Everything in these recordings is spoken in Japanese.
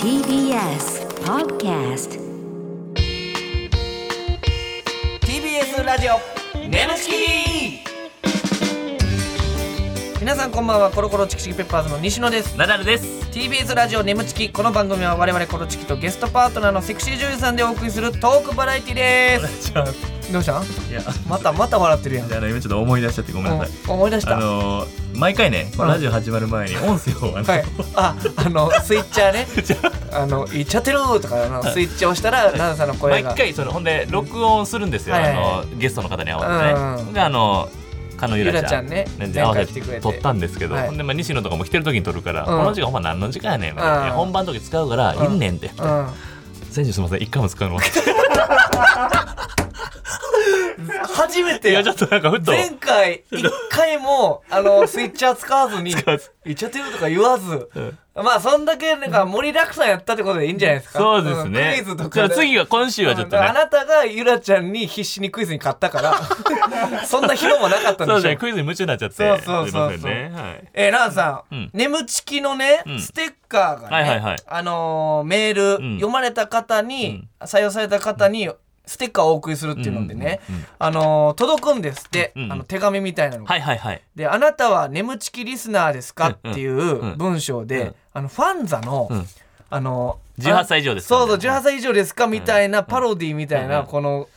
TBS Podcast TBS ラジオネムチキ皆さんこんばんはコロコロチキチキペッパーズの西野ですナダルです。 TBS ラジオネムチキこの番組は我々コロチキとゲストパートナーのセクシー女優さんでお送りするトークバラエティですじゃあ、どうしたんいや、またまた笑ってるやんじゃあ今ちょっと思い出しちゃってごめんなうさい。ん思い出しあたはのー、毎回ね、うんラジオ始まる前に音声をあの、いああのスイッチャーね あの「いっちゃってる」とかあのスイッチを押したら奈々さんの声毎が回そのほんで録音するんですよ。はいはいあのゲストの方に合わうせんてね。であのかのゆゆららちちゃゃんん。ねねで合前わ回せ来てくてれて撮ったんですけど、はいほんでまあ西野とかも来てる時に撮るから、んこの時間ほんま何の時間やねん、みたいないやうん本番の時使うからいんねんって、うん選手すみません一回も使うの忘れて初めていやちょっとなんかふっ と前回一回もあ のスイッチャー使わずに使わず「いっちゃってる」とか言わずんまあそんだけなんか盛りだくさんやったってことでいいんじゃないですかそうですね、んクイズとじかゃあで次は今週はちょっとねあなたがゆらちゃんに必死にクイズに勝ったから そんな暇もなかったんそうですでねしょクイズに夢中になっちゃってそうそうそうそうすいませんねはいえー、ランさん、うん眠ちきのね、うんステッカーがね、はいはいはいあのーメール、うん読まれた方に、採用された方にステッカーをお送りするっていうのでね、うんうんうんあのー届くんですって、うんうんあの手紙みたいなのがはいはいはいで「あなたは眠ちきリスナーですか?」っていんううん文章で、うんあのファンザの、うんあの18歳以上ですかそらうねそう18歳以上ですかみたいなパロディみたいうなんこの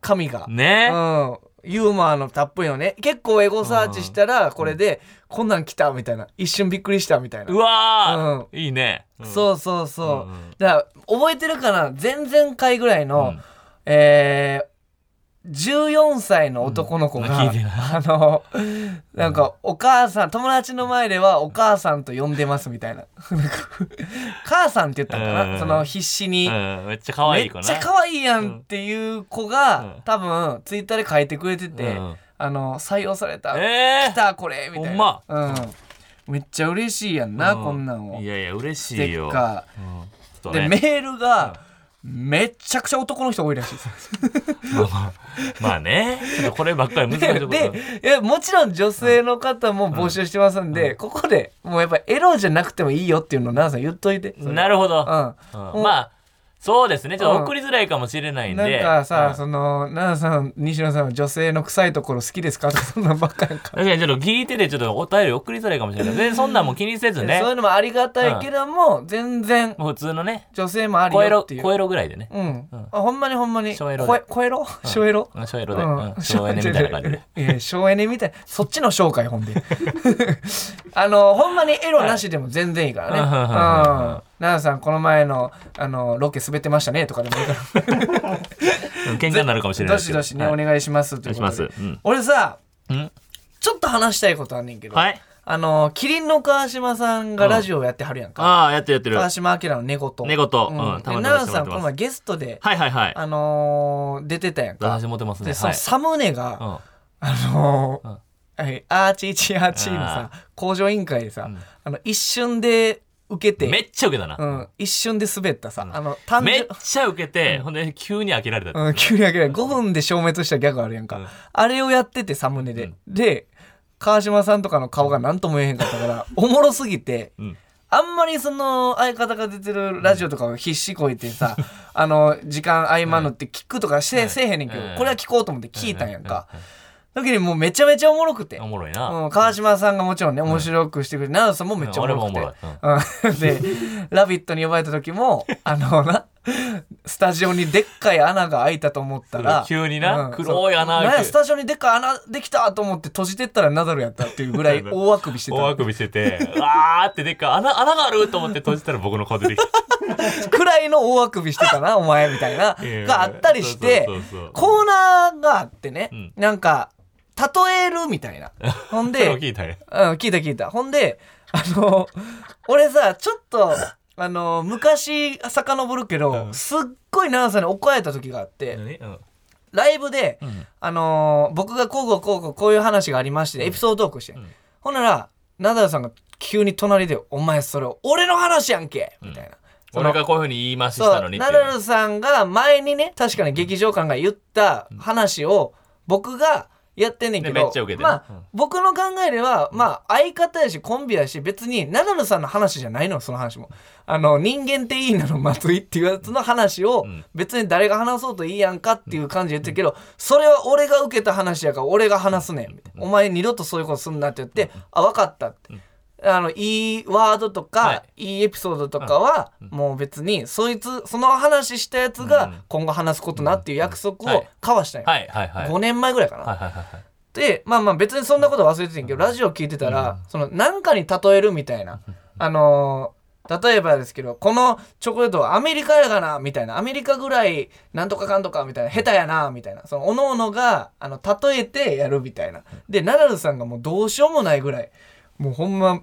紙が、ねうん、ユーモアのたっぷりのね結構エゴサーチしたらこれで「こんなん来た」みたいな一瞬びっくりしたみたいなうわうー、いいね。そうそうそう、うんうんだから覚えてるかな前々回ぐらいの、うんえー14歳の男の子が、うん聞いてないあのなんかお母さん友達の前ではお母さんと呼んでますみたいな なんか母さんって言ったのかな、うんその必死に、うん。めっちゃ可愛い子めっな。ちゃ可愛いやんっていう子が、うん多分ツイッターで書いてくれてて、うんあの採用された、えー来たこれみたいなほ、うん、めっちゃ嬉しいやんな、うこんなんをい。やいや、嬉しステいッよ。カーうんちょっとで、ねメールがめっちゃくちゃ男の人多いらしいです。まあまあ まあね。ちょっとこればっかり難しいでところ。でいやもちろん女性の方も募集してますんで、ここでもうやっぱエロじゃなくてもいいよっていうのを奈々さん言っといて。なるほど。うんうんまあ、そうですね。ちょっうんと送りづらいかもしれないんなで。んかさ、うんその奈々さん西野さんは女性の臭いところ好きですかとかそんなんばっかりか。確かにちょっと聞いてて、ちょっとお便り送りづらいかもしれない。全然そんなんも気にせずねそうい。うのもありがたいけども、全然もう普通のね、女性もあり声よ色、っていう。声色ぐらいでね。うん、あほんまにほんまに省エロで声声エロ省エロうん省エロでうん省エネみたいな感 じで。うんいや省エネみたいなそっちの紹介ほんで あのほんまにエロなしでも全然いいからね、はいうんはいはいはいは奈々さんこの前のあのロケ滑ってましたねとかでもいいからうん喧嘩になるかもしれなどいですしけどしね、はいお願いしますということでお願いしますうん俺さうんちょっと話したいことあんねんけど、はい。あのキリンの川島さんがラジオやってはるやんか、ああ、やってるやってる。川はい島明の寝言寝言うんでたまに奈良さん出してもらってますこの前ゲストで、はいはい。あのー出てたやん出かさせてもらってますね。でそのはいサムネが、うんあのーうんはいアーチーチーアーチーのさ工場委員会でさ、んあの一瞬で受けてめっちゃ受けたな、うん、一瞬で滑ったさ、あの単めっ純、ちゃ受けて、ほんで急に飽きられた、うん、急に上げない5分で消滅したギャグあるやんか、うんあれをやっててサムネで、で川島さんとかの顔が何とも言えへんかったからおもろすぎて、んあんまりその相方が出てるラジオとかを必死こいてさ、あの時間合間のって聞くとかして、せえへんねんけど、うんこれは聞こうと思って聞いたんやんか、時にもうめちゃめちゃおもろくて、おもろいな、うん、川島さんがもちろんね面白くしてくれて奈良さんもめっちゃおもろくて、うん俺もうんで「ラビット!」に呼ばれた時 もあのなスタジオにでっかい穴が開いたと思ったら急になそう黒い穴開いてなんやスタジオにでっかい穴できたと思って閉じてったらナダルやったっていうぐらい大あくびしてた 大あくびしててうわーってでっかい穴穴があると思って閉じたら僕の顔出てきたくらいの大あくびしてたなお前みたい な があったりしてそうそうそうそうコーナーがあってね、んなんか例えるみたいなほん それでを聞いたんやうん、聞いた聞いた。ほんで、あの、俺さ、ちょっと、あの、昔遡るけど、うんすっごい長さんに怒られた時があって、何うんライブで、んあの、僕がこうこうこうこうこういう話がありまして、エピソードトークして、んほんなら、ナダルさんが急に隣で、お前それ俺の話やんけみたいな。その俺がこういうふうに言い回ししそたのうにナダルさんが前にね確かに劇場官が言った話を僕がやってんねんけでめっどちゃ受けてるまうあん僕の考えではまあ相方やしコンビやし別にナダルさんの話じゃないのその話もあの人間っていいなの松井っていうやつの話をん別に誰が話そうといいやんかっていう感じで言ってるけどそれは俺が受けた話やから俺が話すねんみたいなお前二度とそういうことすんなって言ってあ分かったってあのいいワードとか、、はいいエピソードとかは、もう別にそいつその話したやつうがん今後話すことなっていう約束はをい交わしたんよ、はいはいはい。 5年前ぐらいかな、はいはいはいはい。でまあまあ別にそんなことは忘れててんけどラジオ聞いてたら、その何かに例えるみたいなあのー例えばですけどこのチョコレートはアメリカやがなみたいなアメリカぐらいなんとかかんとかみたいな下手やなみたいなそのおののがあの例えてやるみたいなでナダルさんがもうどうしようもないぐらいもうほんま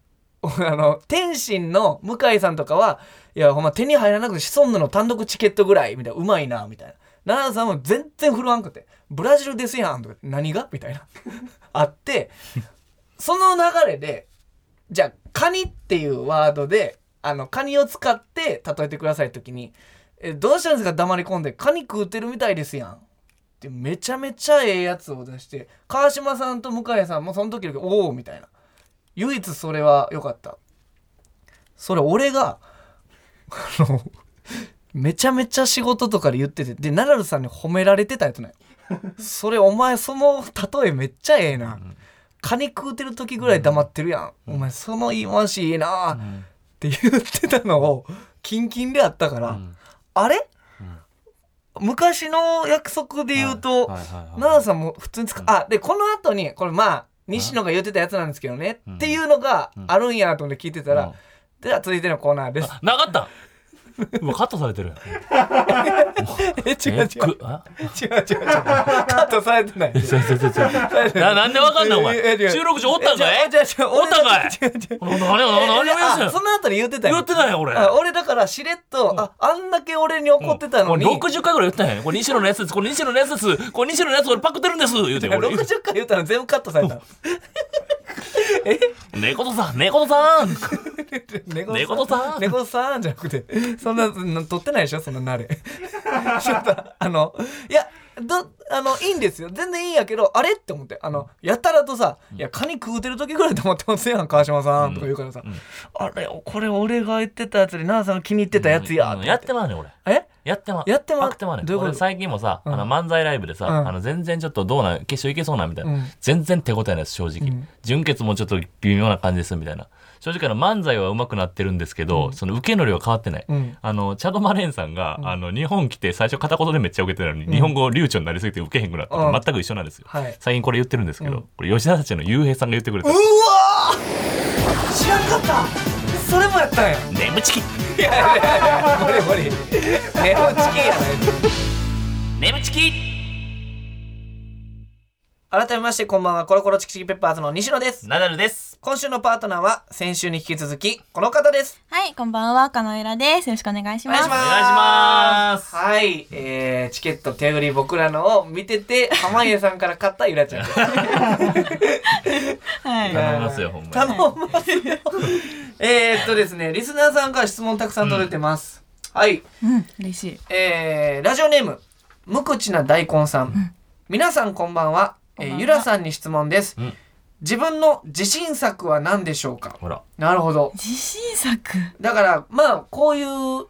あの天心の向井さんとかはいやほんま手に入らなくてシソンヌの単独チケットぐらいみたいなうまいなみたいな奈良さんも全然振るわんくて「ブラジルですやん」とか「何が?」みたいな あってその流れでじゃあ「カニ」っていうワードであのカニを使って例えてください時に「えどうしたんですか黙り込んでカニ食うてるみたいですやん」ってめちゃめちゃええやつを出して川島さんと向井さんもその時々「おお」みたいな唯一それは良かったそれ俺があのめちゃめちゃ仕事とかで言っててでナダルさんに褒められてたやつなんよそれお前その例えめっちゃええなカニ食うてる時ぐらい黙ってるやん、お前その言い回しいいな、って言ってたのをキンキンであったから、うんあれ、昔の約束で言うと、はいはいはいはい奈良さんも普通に使う、あでこの後にこれまあ西野が言ってたやつなんですけどね、うんっていうのがあるんやと思って聞いてたら、うんでは続いてのコーナーです。 なかったうわ、カットされてる。え 違う違うえくあ違う違う違うカットされてない。 そうそうそ うそうななんでわかんないおええ前違う収録中おったんかいじゃじゃおったんかい違う違う違う。何何何もやすあその後に言ってたよ言ってないよ俺あ俺だからしれっとああんだけ俺に怒ってたのにこれ60回ぐらい言ってないこれ西野のやつですこれ西野のやつですこれ西野のやつ俺パクってるんです言うて俺60回言ったの全部カットされたの猫とさん猫とさん猫猫さん猫さんじゃなくてそんなな撮ってないでしょそんな慣れ ちょっとあのいやどあのいいんですよ全然いいんやけどあれって思ってあのやたらとさ「いやカニ食うてる時ぐらいと思ってますやん川島さん」とか言うからさ「あれこれ俺が言ってたやつで奈々さんが気に入ってたやつや」うんと思やっててまうねん俺えやってまうやってまうパクってまうねんどういうこと俺最近もさあの漫才ライブでさんあの全然ちょっとどうなん決勝いけそうなみたいうなん全然手応えないです正直純潔もちょっと微妙な感じですみたいな正直あの漫才は上手くなってるんですけどその受けの量変わってないんあのチャド・マレンさんがあの日本来て最初片言でめっちゃ受けてたのに日本語流暢になりすぎて受けへんくなってうん全く一緒なんですよはい最近これ言ってるんですけどこれ吉田たちの雄平さんが言ってくれうたわー知らんかったそれもやったんや「眠ちきいやいやいやこれこれ ネオチキンやない眠ちき!」改めましてこんばんはコロコロチキチキペッパーズの西野ですナダルです今週のパートナーは先週に引き続きこの方ですはい、こんばんは、かのえらです。よろしくお願いします。お願いしお願いしますはい、えー、チケット手売り僕らのを見てて濱家さんから買ったゆらちゃんですはい。頼みますよほんまに頼みますよえーっとですねリスナーさんから質問たくさん届いてます、はいうん、嬉しい。えーラジオネーム無口な大根さん、皆さんこんばんはえーこんばんはゆらさんに質問です、うん自分の自信作は何でしょうかほらなるほど自信作。だからまあこういう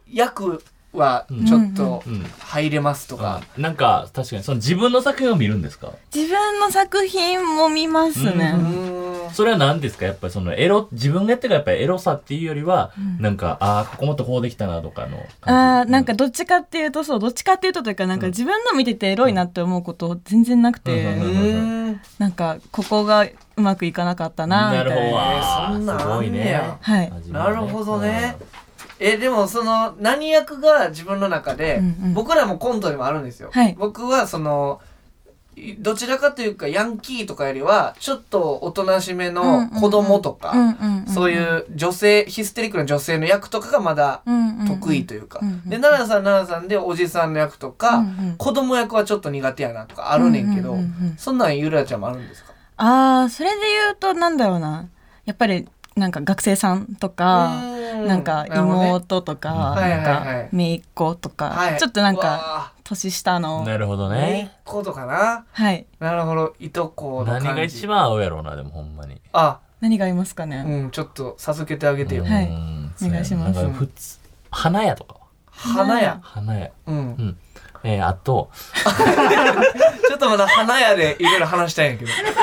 役はちょっとうん入れますとか、なんか確かにその自分の作品を見るんですか自分の作品も見ますうね。ーんそれは何ですかやっぱりそのエロ自分がやってるからやっぱりエロさっていうよりは、なんかああここもっとこうできたなとかのあ感あ、なんかどっちかっていうと、そう、どっちかっていうとというか、なんか自分の見ててエロいなって思うこと全然なくうんうて、ーんなんかここがうまくいかなかったな、みなたいるほな。どえーそんなんすごいあんねねやはいあ自分なのるねほどねえでもその何役が自分の中で、うんうん僕らもコントでもあるんですよ、はい僕はそのいどちらかというかヤンキーとかよりはちょっとおとなしめうんうんうのん子供とか、うんうんうん。そういう女性ヒステリックな女性の役とかがまだうんうん得意というか、うんうんで奈良さん奈良さんでおじさんの役とか、うんうん子供役はちょっと苦手やなとかあるねんけど、うんうんうんうんそんなんゆらちゃんもあるんですかああ、それで言うと、なんだろうな。やっぱりなんか学生さんとか、うんなんかなるほどね妹とか、はいはいなはいんか姪っ子とか、はいちょっとなんうかわ年下の、なるほどー姪っね。子とかなはいなるほどいとこの感じ何が一番合うやろうな、でもほんまに。あ何がありますかね、うんちょっと授けてあげてよ、うんはいそうお願いしますなんか普通、花屋とかは。花屋花屋。うんうん。えー、あ と、ちょっとまだ花屋でいろいろ話したいんやけど。ちょっと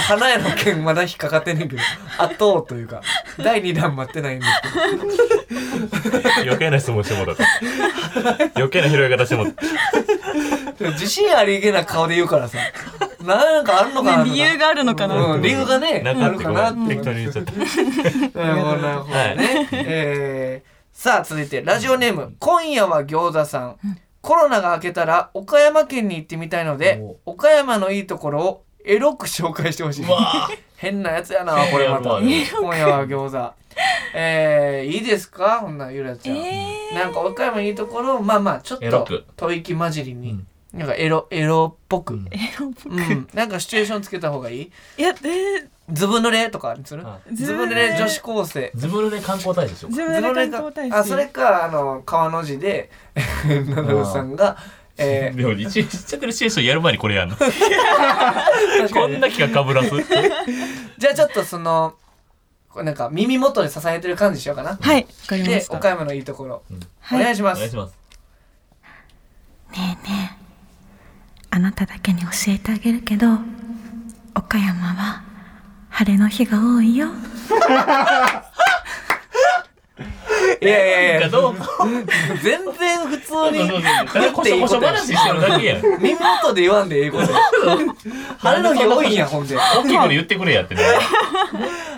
花屋の件まだ引っかかってんねんけど。あとというか、第2弾待ってないんですけど。余計な質問してもらった。余計な拾い方 してもらった。でも自信ありげな顔で言う からさ。なんかあんのかなとかね理由があるのかなうん、理由がね、なあかるったかかなら適当に言っちゃった。 なるほど、なるほどね。えーさあ、続いて、ラジオネーム、今夜は餃子さん。コロナが明けたら、岡山県に行ってみたいので、岡山のいいところをエロく紹介してほしい。 変なやつやな、これまた。いや今夜は餃子。えー、いいですかこんなんゆらちゃん。えーなんか岡山のいいところを、まあまあ、ちょっエロとく、吐息混じりに、なんかエロ、エロっぽく。うんえー僕うん、なんかシチュエーションつけた方がいいいや、えー、ズブ濡れとかにするあズブ濡れ女子高生自分で観光大使でしょ自ズ分ボでレ観光大使あそれかあの川の字で ナダルさんが、えでも一応知っちゃってるシチュエーションやる前にこ れやんのー確かこにんな企画かぶらすじゃあちょっとそのこうなんか耳元で支えてる感じしようかなはいわかりまでした岡山のいいところ、はいお願いしおます願いしますねえねえあなただけに教えてあげるけど岡山は晴れの日が多いよいやいやいやなんかどう全然普通にただこしょこしょ話してるだけやん大耳元で言わんでええことや 晴れの日多いんやほんであきい声で言ってくれやってね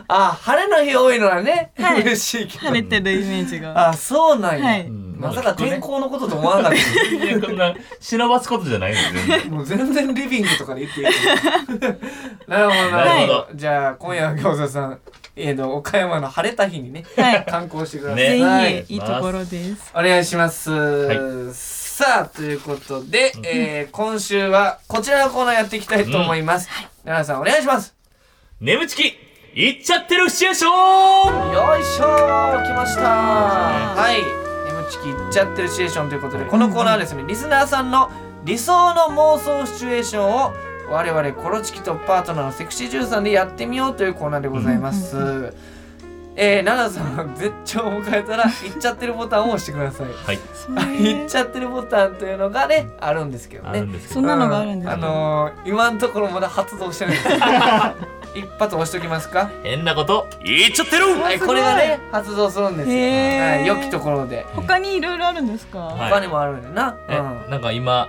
晴れの日多いのはね、はい嬉しいけど晴れてるイメージがあそうなんや、はいうんまさか天候のことと思わなかったいやこんな忍ばすことじゃないの全然もう全然リビングとかで言っていいから なるほどなるほど、はじゃあ今夜は餃子さん、えー、の岡山の晴れた日にね、はい観光してください、ねぜはいひいいところですお願いします、いさあということで、えー今週はこちらのコーナーやっていきたいと思います、奈良さんお願いします眠ちき行っちゃってるシチュエーションよいしょー来ましたはい「眠ちきいっちゃってるシチュエーション」ということでこのコーナーはですねリスナーさんの理想の妄想シチュエーションを我々コロチキとパートナーのセクシージューさんでやってみようというコーナーでございます、えー、奈々さんは絶頂を迎えたら「いっちゃってるボタン」を押してくださいはいいっちゃってるボタンというのがねあるんですけどあねるんですけそどんなのがあるんですあのー、今のところまだ発動してないんです一発押しときますか変なこと言っちゃってるはい、これがね発動するんですよ。へーはい、良きところで。他にいろいろあるんですか、はい他にもあるんだよな。えうんなんか今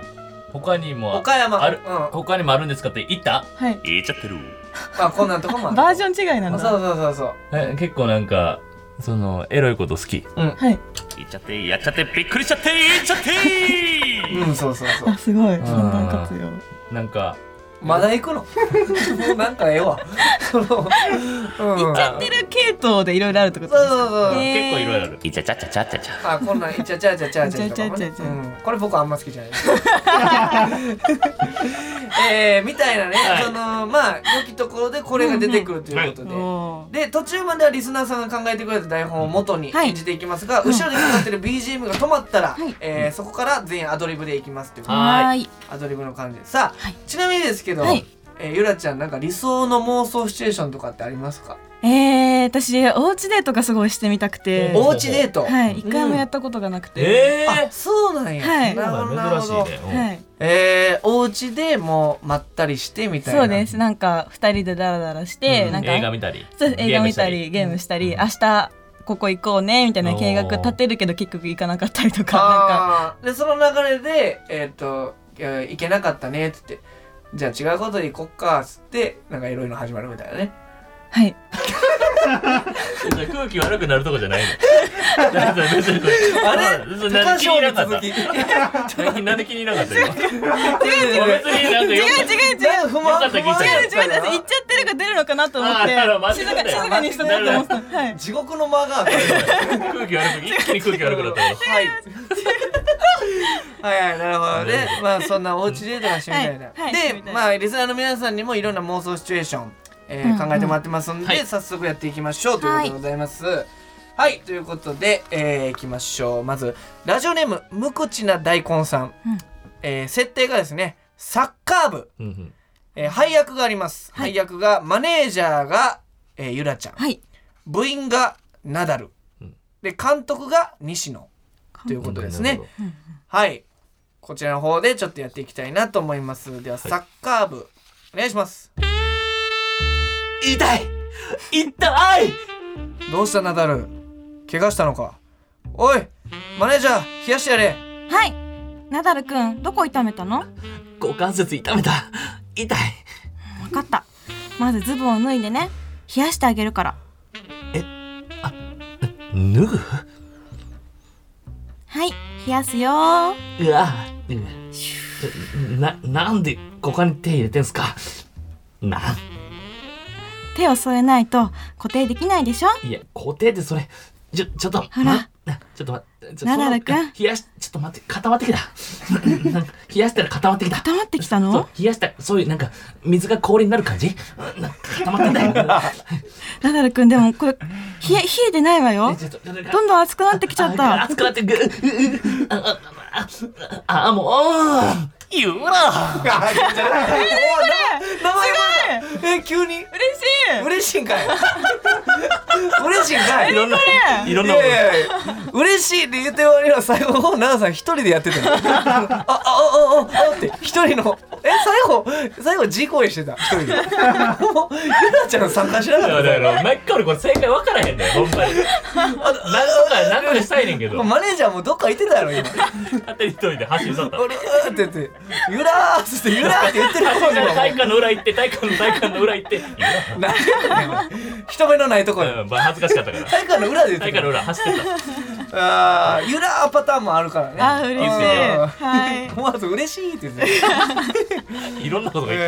他にも岡山あるうん他にもあるんですかって言ったはい言っちゃってるまあこんなんとこもある。バージョン違いなんだそうそうそうそう。え結構なんかそのエロいこと好きはい言っちゃってやっちゃってびっくりしちゃって言っちゃってうん、そうそう そうあ。すごい三段活用なんかまだ行くの もうなんかええわ。 その、うん。行っちゃっ似てる系統でいろいろあるってことそうですかそうそう。へー結構いろいろあるいちゃちゃちゃちゃちゃちゃあ、こんなん、いちゃちゃちゃちゃちゃとかもね。いちゃちゃちゃちゃうんこれ僕あんま好きじゃない。 えー、みたいなね、はいその、まあ、良きところでこれが出てくるということで。おーで途中まではリスナーさんが考えてくれた台本を元にはい演じていきますが、後ろでかかってる BGM が止まったら、えーそこから全員アドリブでいきますっていうことではーいアドリブの感じでさあ、はいちなみにですけど、はいえーゆらちゃんなんか理想の妄想シチュエーションとかってありますか、えー、私おうちデートがすごいしてみたくておおうちデート、はいうん一回もやったことがなくて、えあそうなんや、はいなるほどなる珍ほしど、いねはいえー、お家でもうまったりしてみたいなそうですなんか二人でダラダラして、うんなんか映画見たりそう映画見たゲームしりゲームしたり、うん明日ここ行こうねみたいな計画立てるけど結局行かなかったりとかなんかあーでその流れでえーっと、えー行けなかったねっつってじゃあ違うことで行こっかっつってなんかいろいろ始まるみたいなねはいたり空気悪くなるとこじゃない のなんか別にこれあれ別高に何気に橋の入らなか続っき 違うたなんで気に入ら なかった今別違になんかよく違う違う違う不満よかった聞いたよ違う違う違う行っちゃってるか出るのかなと思っあーてなるほど待静ってかくれ静かにしたなと思ったはい地獄の間があったよ空気悪く一気に空気悪くなったからはいはいはいなるほどねまあそんなおうちデートがしてみたいな、はいはいしてみでたいまあリスナーの皆さんにもいろんな妄想シチュエーションえー考えてもらってますんで、はい早速やっていきましょうということでございます。はい、ということで、えーいきましょう。まず、ラジオネーム、無口な大根さん。えー設定がですね、サッカー部。うんうんえー配役があります。配役が、マネージャーが、えーゆらちゃん。はい部員がナダル、で監督が西野ということですなるねほど。はい、こちらの方でちょっとやっていきたいなと思います。ではサッカー部、お願いします。痛い、痛い。どうしたナダル、怪我したのか。おい、マネージャー冷やしてや れ。はいナダルくんどこ痛めたの股関節痛めた痛い分かったまずズボンを脱いでね冷やしてあげるから脱ぐはい冷やすよーうわうんななんで股間に手入れてんすかなん手を添えないと固定できないでしょいや固定でそれちょちょっとほらななちょっと待ってちょっとナダルくん冷やしちょっと待って固まってきたなんか冷やしたら固まってきた固まってきたのそう冷やしたそういうなんか水が氷になる感じうんなんか固まってんだよナダルくんでもこれ冷え冷えてないわよちょっとなんかどんどん熱くなってきちゃった熱くなってくる。あああああ、もう。言うな。名前もえ急に嬉しい嬉しいんかい。嬉しいんかい。んな。いろんいなやもいやいや嬉しいって言って終わりは最後の方奈々さん一人でやってたのああああああって一人のえ最後最後自恋してた一人でもうゆらちゃん参加しなかの。っいやだから毎回俺これ正解分からへんねんほんまに。なんとかなんとかしたいねんけたどもう。マネージャーもどっか行ってたやろ今勝手に一人で走り去った。俺うーって言って「ゆらー」っつって「ゆらー」って言ってる走方り去った体に育館の裏行って、体育館の体育館の裏行って。いやも何やねん人目のないところまあ恥ずかしかったから。体体育館の裏で言って育館のる裏走ってた。あーゆらーパターンもあるからねあ嬉しいうんはい思わず嬉しいって言ってたいろんなことが生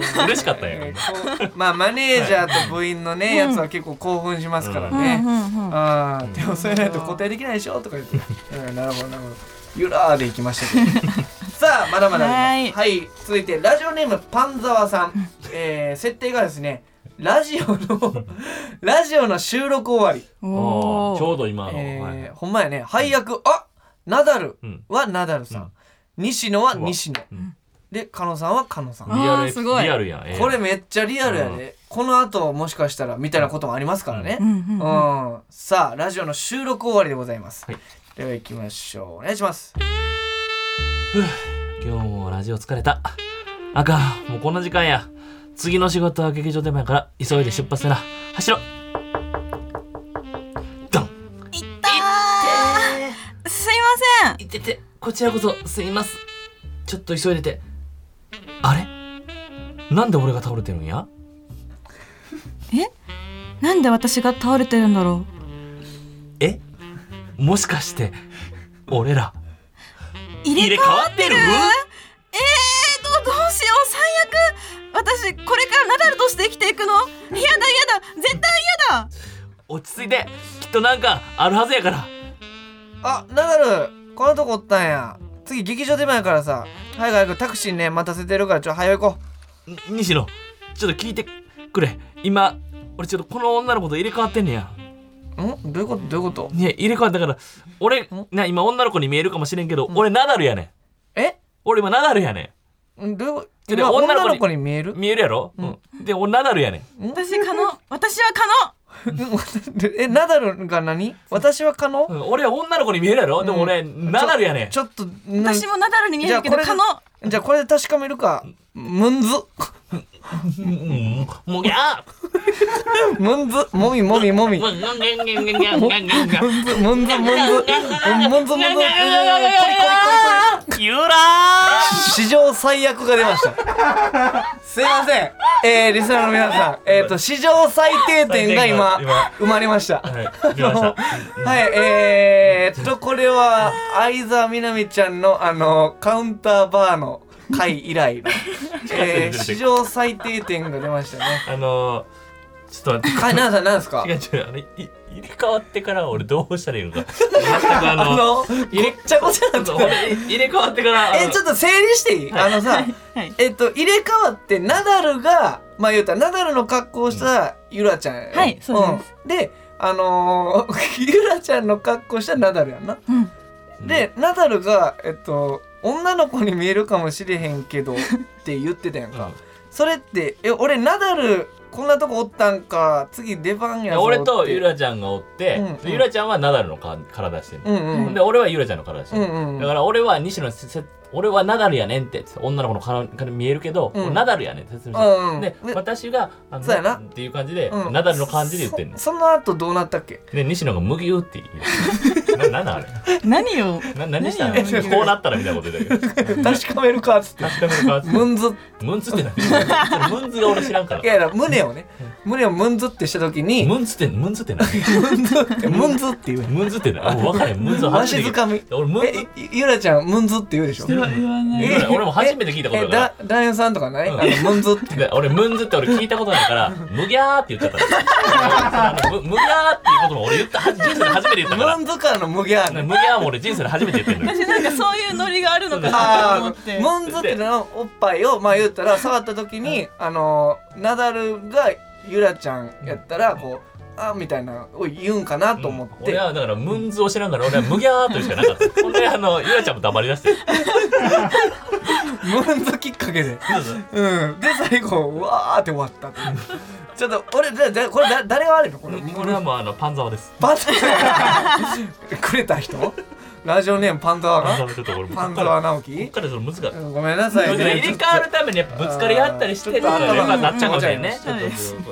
きること。嬉しかったんやえ。ーこうまあマネージャーと部員のね、やつは結構興奮しますからね、うんうんうんああ手を添えないと固定できないでしょとか言って、うん、なるほどなるほどゆらーでいきましたけどさあまだまだありますはい続いてラジオネームパンザワさん、えー、設定がですねラジオのラジオの収録終わり、おおーちょうおど今の。はいえー、ほんまやね配役あナダルうんはナダルさん、うん西野は西野、うんで加野さんは加野さんリアあルーすごいリアルやん。ええこれめっちゃリアルやで、この後もしかしたらみたいなこともありますからね、うんうんうんうんさあラジオの収録終わりでございます、はいでは行きましょうお願いします今日もラジオ疲れた。あかん、もうこんな時間や。次の仕事は劇場でもやから、急いで出発せな。走ろドンいったーすいませんいてて、こちらこそすいます。ちょっと急いでて。あれなんで俺が倒れてるんやなんで私が倒れてるんだろえもしかして、俺ら、う入れ替わって入るれ替わってえーどどうしよう最悪私これからナダルとして生きていくのやだやだ絶対やだ落ち着いて、きっとなんかあるはずやから。あナダルこのとこおったんや次劇場出番やからさ早く早くタクシーね待たせてるからちょ早行こん西野ちょっと聞いてくれ今俺ちょっとこの女の子と入れ替わってんねやうんどういうことどういうことね入れ替わったから俺んな今女の子に見えるかもしれんけど、俺ナダルやねんえ俺今ナダルやねんどういうことけど今女女の子にの子に見えるん見えるやろ、うん、で俺ナダルやねん私可能私は可能え ナダルが何私は可能、うん俺は女の子に見えるやろでも俺、ナダルやねんちょっとな私もナダルに見えるけどじゃあ可能これでじゃあこれで確かめるかむんずうんもうギャむんずもみもみもみーもうギャーギャーギャーギャーギャーギャーギャーギャーむんずむんずむんずむんずむんずゆら史上最悪が出ましたすいませんえー、リスナーの皆さんえっ、ー、と史上最低点が今生まれましたーは、はいい出ましたえー、っとこれは相沢みなみちゃんのあのカウンターバーの回以来の、 えー、史上最低点が出ましたねあのー、ちょっと待ってはい、なさん、なんですか違う違うあのい入れ替わってから俺どうしたらいいのか全くああのの、入れちゃごちゃなってそう俺入れ替わってからえ、ちょっと整理していいあのさ、はいえっと、入れ替わって、ナダルが、まあ言うたらナダルの格好をしたゆらちゃんやろはいそうです、んであのー ゆらちゃんの格好したナダルやんな、うんでナダルがえっと女の子に見えるかもしれへんけどって言ってたやんか、それってえ俺ナダルこんなとこおったんか次出番やぞ俺とってゆらちゃんがおって、うんでゆらちゃんはナダルのか体してる、うんうんで俺はゆらちゃんの体してる、うんうんだから俺は西野にせせ俺はナダルやねんって女の子の体から見えるけど、うんナダルやねんって説明して、うんうんでで私があのそうやなっていう感じで、うんナダルの感じで言ってんねそその後どうなったっけ んで西野が「麦う」って言うななんだあれ何を な何したの何をこうなったらみたいなこと言ってたけど確かめるかっつって確かめるかムンズムンツって何ムンツが俺知らんからいやいや胸をね胸をムンズってした時にムンツってムンツって何ムンズってムンズって言うムンズって何俺分かんないムンズわし初めづてか聞みいた俺ムンえゆらちゃんムンズって言うでしょズ俺俺も初めて聞いたことえだからだダイアンさんとかないあうんのムンズってで俺ムンズって俺聞いたことないから「むぎゃー」って言ってたからむむぎゃーっていうことも俺言ったは人生で初めて言ったかムらンズからの無ギャーむねぎゃーも俺人生で初めて言ってる私なんかそういうノリがあるのかなと思あーってムンズってのおっぱいをまあ言ったら触った時にあのナダルがゆらちゃんやったらこうあみたいなを言うんかなと思って俺はだからムンズを知らんから俺はむぎゃーというしかなか ったほんであのゆらちゃんも黙りだしてムンズきっかけでうん、で最後うわーって終わったっていうちょっと俺だだこれだ誰が悪いのこれこれはもうあのパンザワですパンザーくれた人ラジオネームパンザワパンザワがちょっと俺もうこパっンかザワらこ直っ樹からその難しいうんごめんなさい入ねれ替わるためにやっぱぶつかり合ったりしてるからやっぱなっちゃうかもしれんねちょっと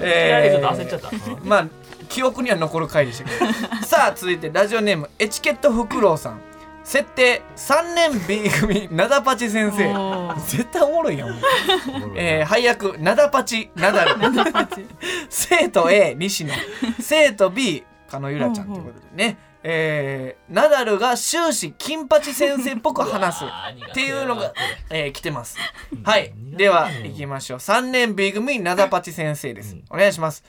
えちょっとー焦っちゃったうんまあ記憶には残る回でしたけどさあ続いてラジオネームエチケットフクロウさん設定3年 B 組ナダパチ先生絶対おもろいやんもうえー、配役ナダパチナダル 生徒 A 西野生徒 B 加野ゆらちゃんということでね、えー、ナダルが終始金八先生っぽく話すって いうのが、えー、来てますはいでは行きましょう3年 B 組ナダパチ先生ですお願いします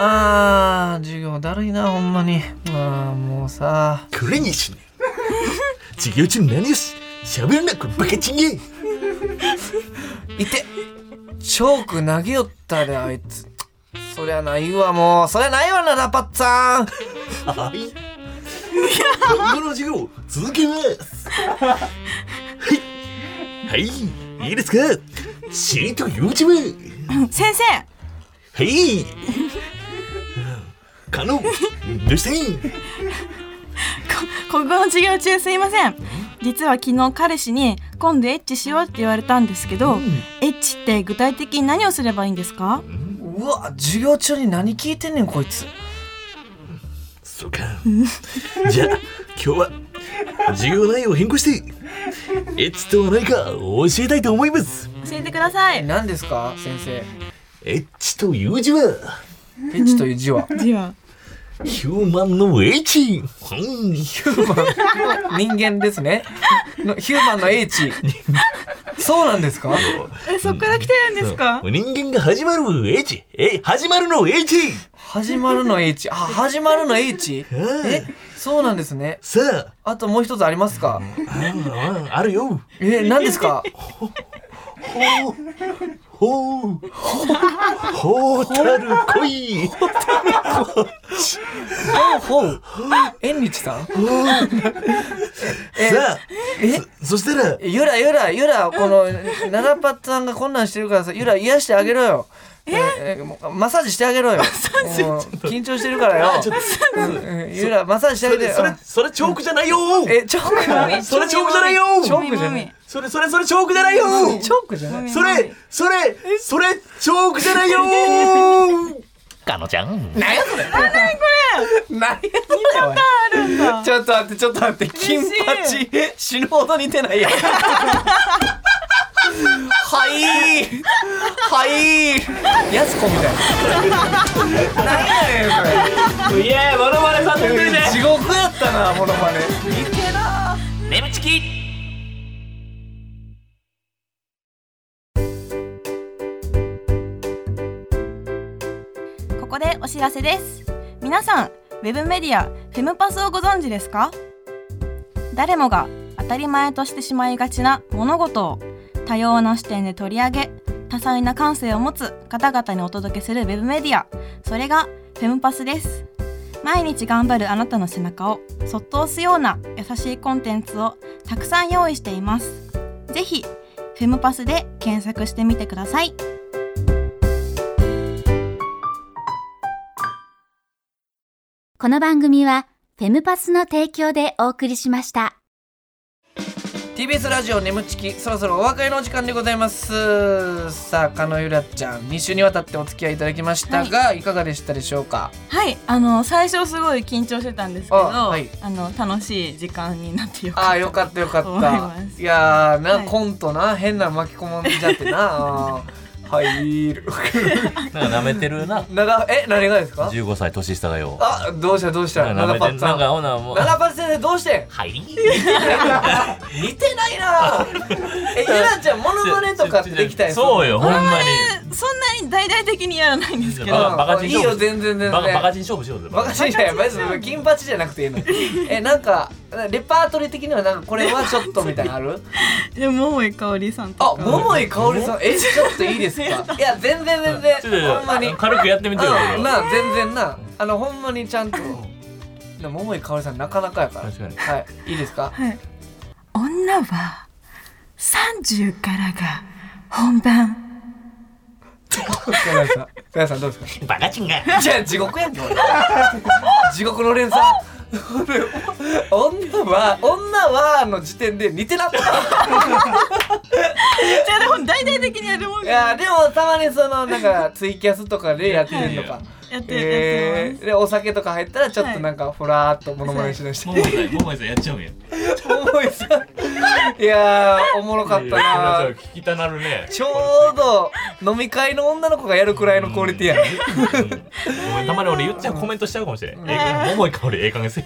あー授業だるいなほんまにまあもうさこれにしね。 授業中何をし、喋るな、これバカチンゲ。いてチョーク投げよったであいつそりゃないわもうそりゃないわナダパッツさんはい。今後の授業、続けます。はい。はい。いいですか 生徒 YouTube。先生はい。カノン、どうしたん 国語の授業中すいません実は昨日彼氏に「今度エッチしよう」って言われたんですけど、エッチって具体的に何をすればいいんですかうわ授業中に何聞いてんねんこいつそうか。じゃあ、今日は、授業内容を変更して、エッチとは何か教えたいと思います。教えてください何ですか先生エッチという字は、エッチという字は字はヒューマンのエッチ。うん人間ですねのヒューマンの英知そうなんですかえそっから来てるんですか人間が始まるエッチ。え、始まるのエッチ。始まるの英知あ始まるの英知えそうなんですねさあ、あともう一つありますかあああるよ。え何ですかほう。ほうたる恋。ほうほう縁日さんさあ、そそしたら、ゆらゆらゆらこの七パッツさんがこんなんしてるからさゆら癒してあげろよええもうマッサージしてあげろよもう緊張してるからよ うんゆらマッサージしてあげてよそれ、それチョークじゃないよ。えチョークそれチョークじゃないよ。チョークじゃないそれ、それ、それチョークじゃないよ。チョークじゃないそれ、それ、それチョークじゃないよ。かのちゃん何やそれ何何やそれちょっと待ってちょっと待って金八死ぬほど似てないやんはいはいやすこみたいな 何やねんそれいやーモノマネさんと一緒にね地獄やったなモノマネ眠ちきここでお知らせです皆さんウェブメディアフェムパスをご存知ですか誰もが当たり前としてしまいがちな物事を多様な視点で取り上げ多彩な感性を持つ方々にお届けするウェブメディアそれがフェムパスです毎日頑張るあなたの背中をそっと押すような優しいコンテンツをたくさん用意していますぜひフェムパスで検索してみてくださいこの番組はフェムパスの提供でお送りしました。 TBS ラジオ眠ちきそろそろお別れのお時間でございますさあ加納ゆらちゃん2週にわたってお付き合いいただきましたが、い、かがでしたでしょうかはいあの最初すごい緊張してたんですけどああ、はいの楽しい時間になってよかったああよかったよか思いまっすたいやーな、はいコントな変な巻き込まれちゃってな あー入る なんか舐めてるな長え何がですか15歳年下がよあどうしたどうしたな長んかパ舐ッめてんさなんんかほなもう長パッ先生どうしてんはい似てないな えゆらちゃんモノマネとかってできたりするそうよほんまにそんなに大々的にやらないんですけどバカバカい人い勝負よ全然全然バカバカ人勝負しようぜバカじゃない別に金八じゃなくていいのえなんかレパートリー的にはなんかこれはちょっとみたいなのあるで桃井かおりさんとあか桃井かおりさんえちょっといいですかいや全然全ちょっとち然ょほんまにっと軽くやってみてようんな全然なあのほんまにちゃんとでも桃井かおりさんなかなかやから確かにはいいいです かはい女は30からが本番高橋さん高橋さんどうですバカチンがかじゃあ地獄やんけ俺地獄の連 鎖俺女は女はの時点で似てなかったじゃあでも大々的にやるもんいじゃやないでもたまにそのなんかツイキャスとかでやってるのか。やってるやえってー、でお酒とか入ったらちょっとなんかふらーっとモノマネしだしてももいさんももいさんやっちゃうんや桃井さんいやーおもろかったなちょっと聞きたなるねちょうど飲み会の女の子がやるくらいのクオリティやねごめんたまに俺言っちゃうコメントしちゃうかもしれんええか桃井かおりええ加減せ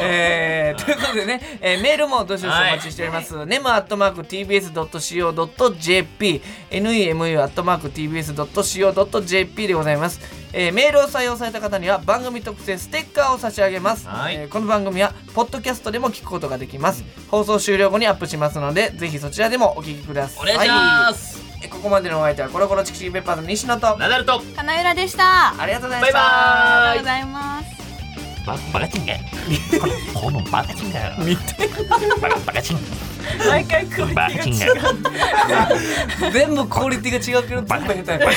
えー、という ことでね、えーメールもどしどしお待ちしております。ネムアットマーク TBS.CO.JP、NEMU アットマーク TBS.CO.JP でございます、えーメールを採用された方には番組特製ステッカーを差し上げます。はいえーこの番組は、ポッドキャストでも聞くことができます。放送終了後にアップしますので、ぜひそちらでもお聞きください。お願いしますえーここまでのお相手は、コロコロチキチキペッパーズ西野と、ナダルとる金浦でしたあありがとうございまバした。イバーりがとうごイざいますババカチンがこのバカチンが見てバカバカチン毎回クオリテバカチンが全部クオリティが違うけど、全部下手やから。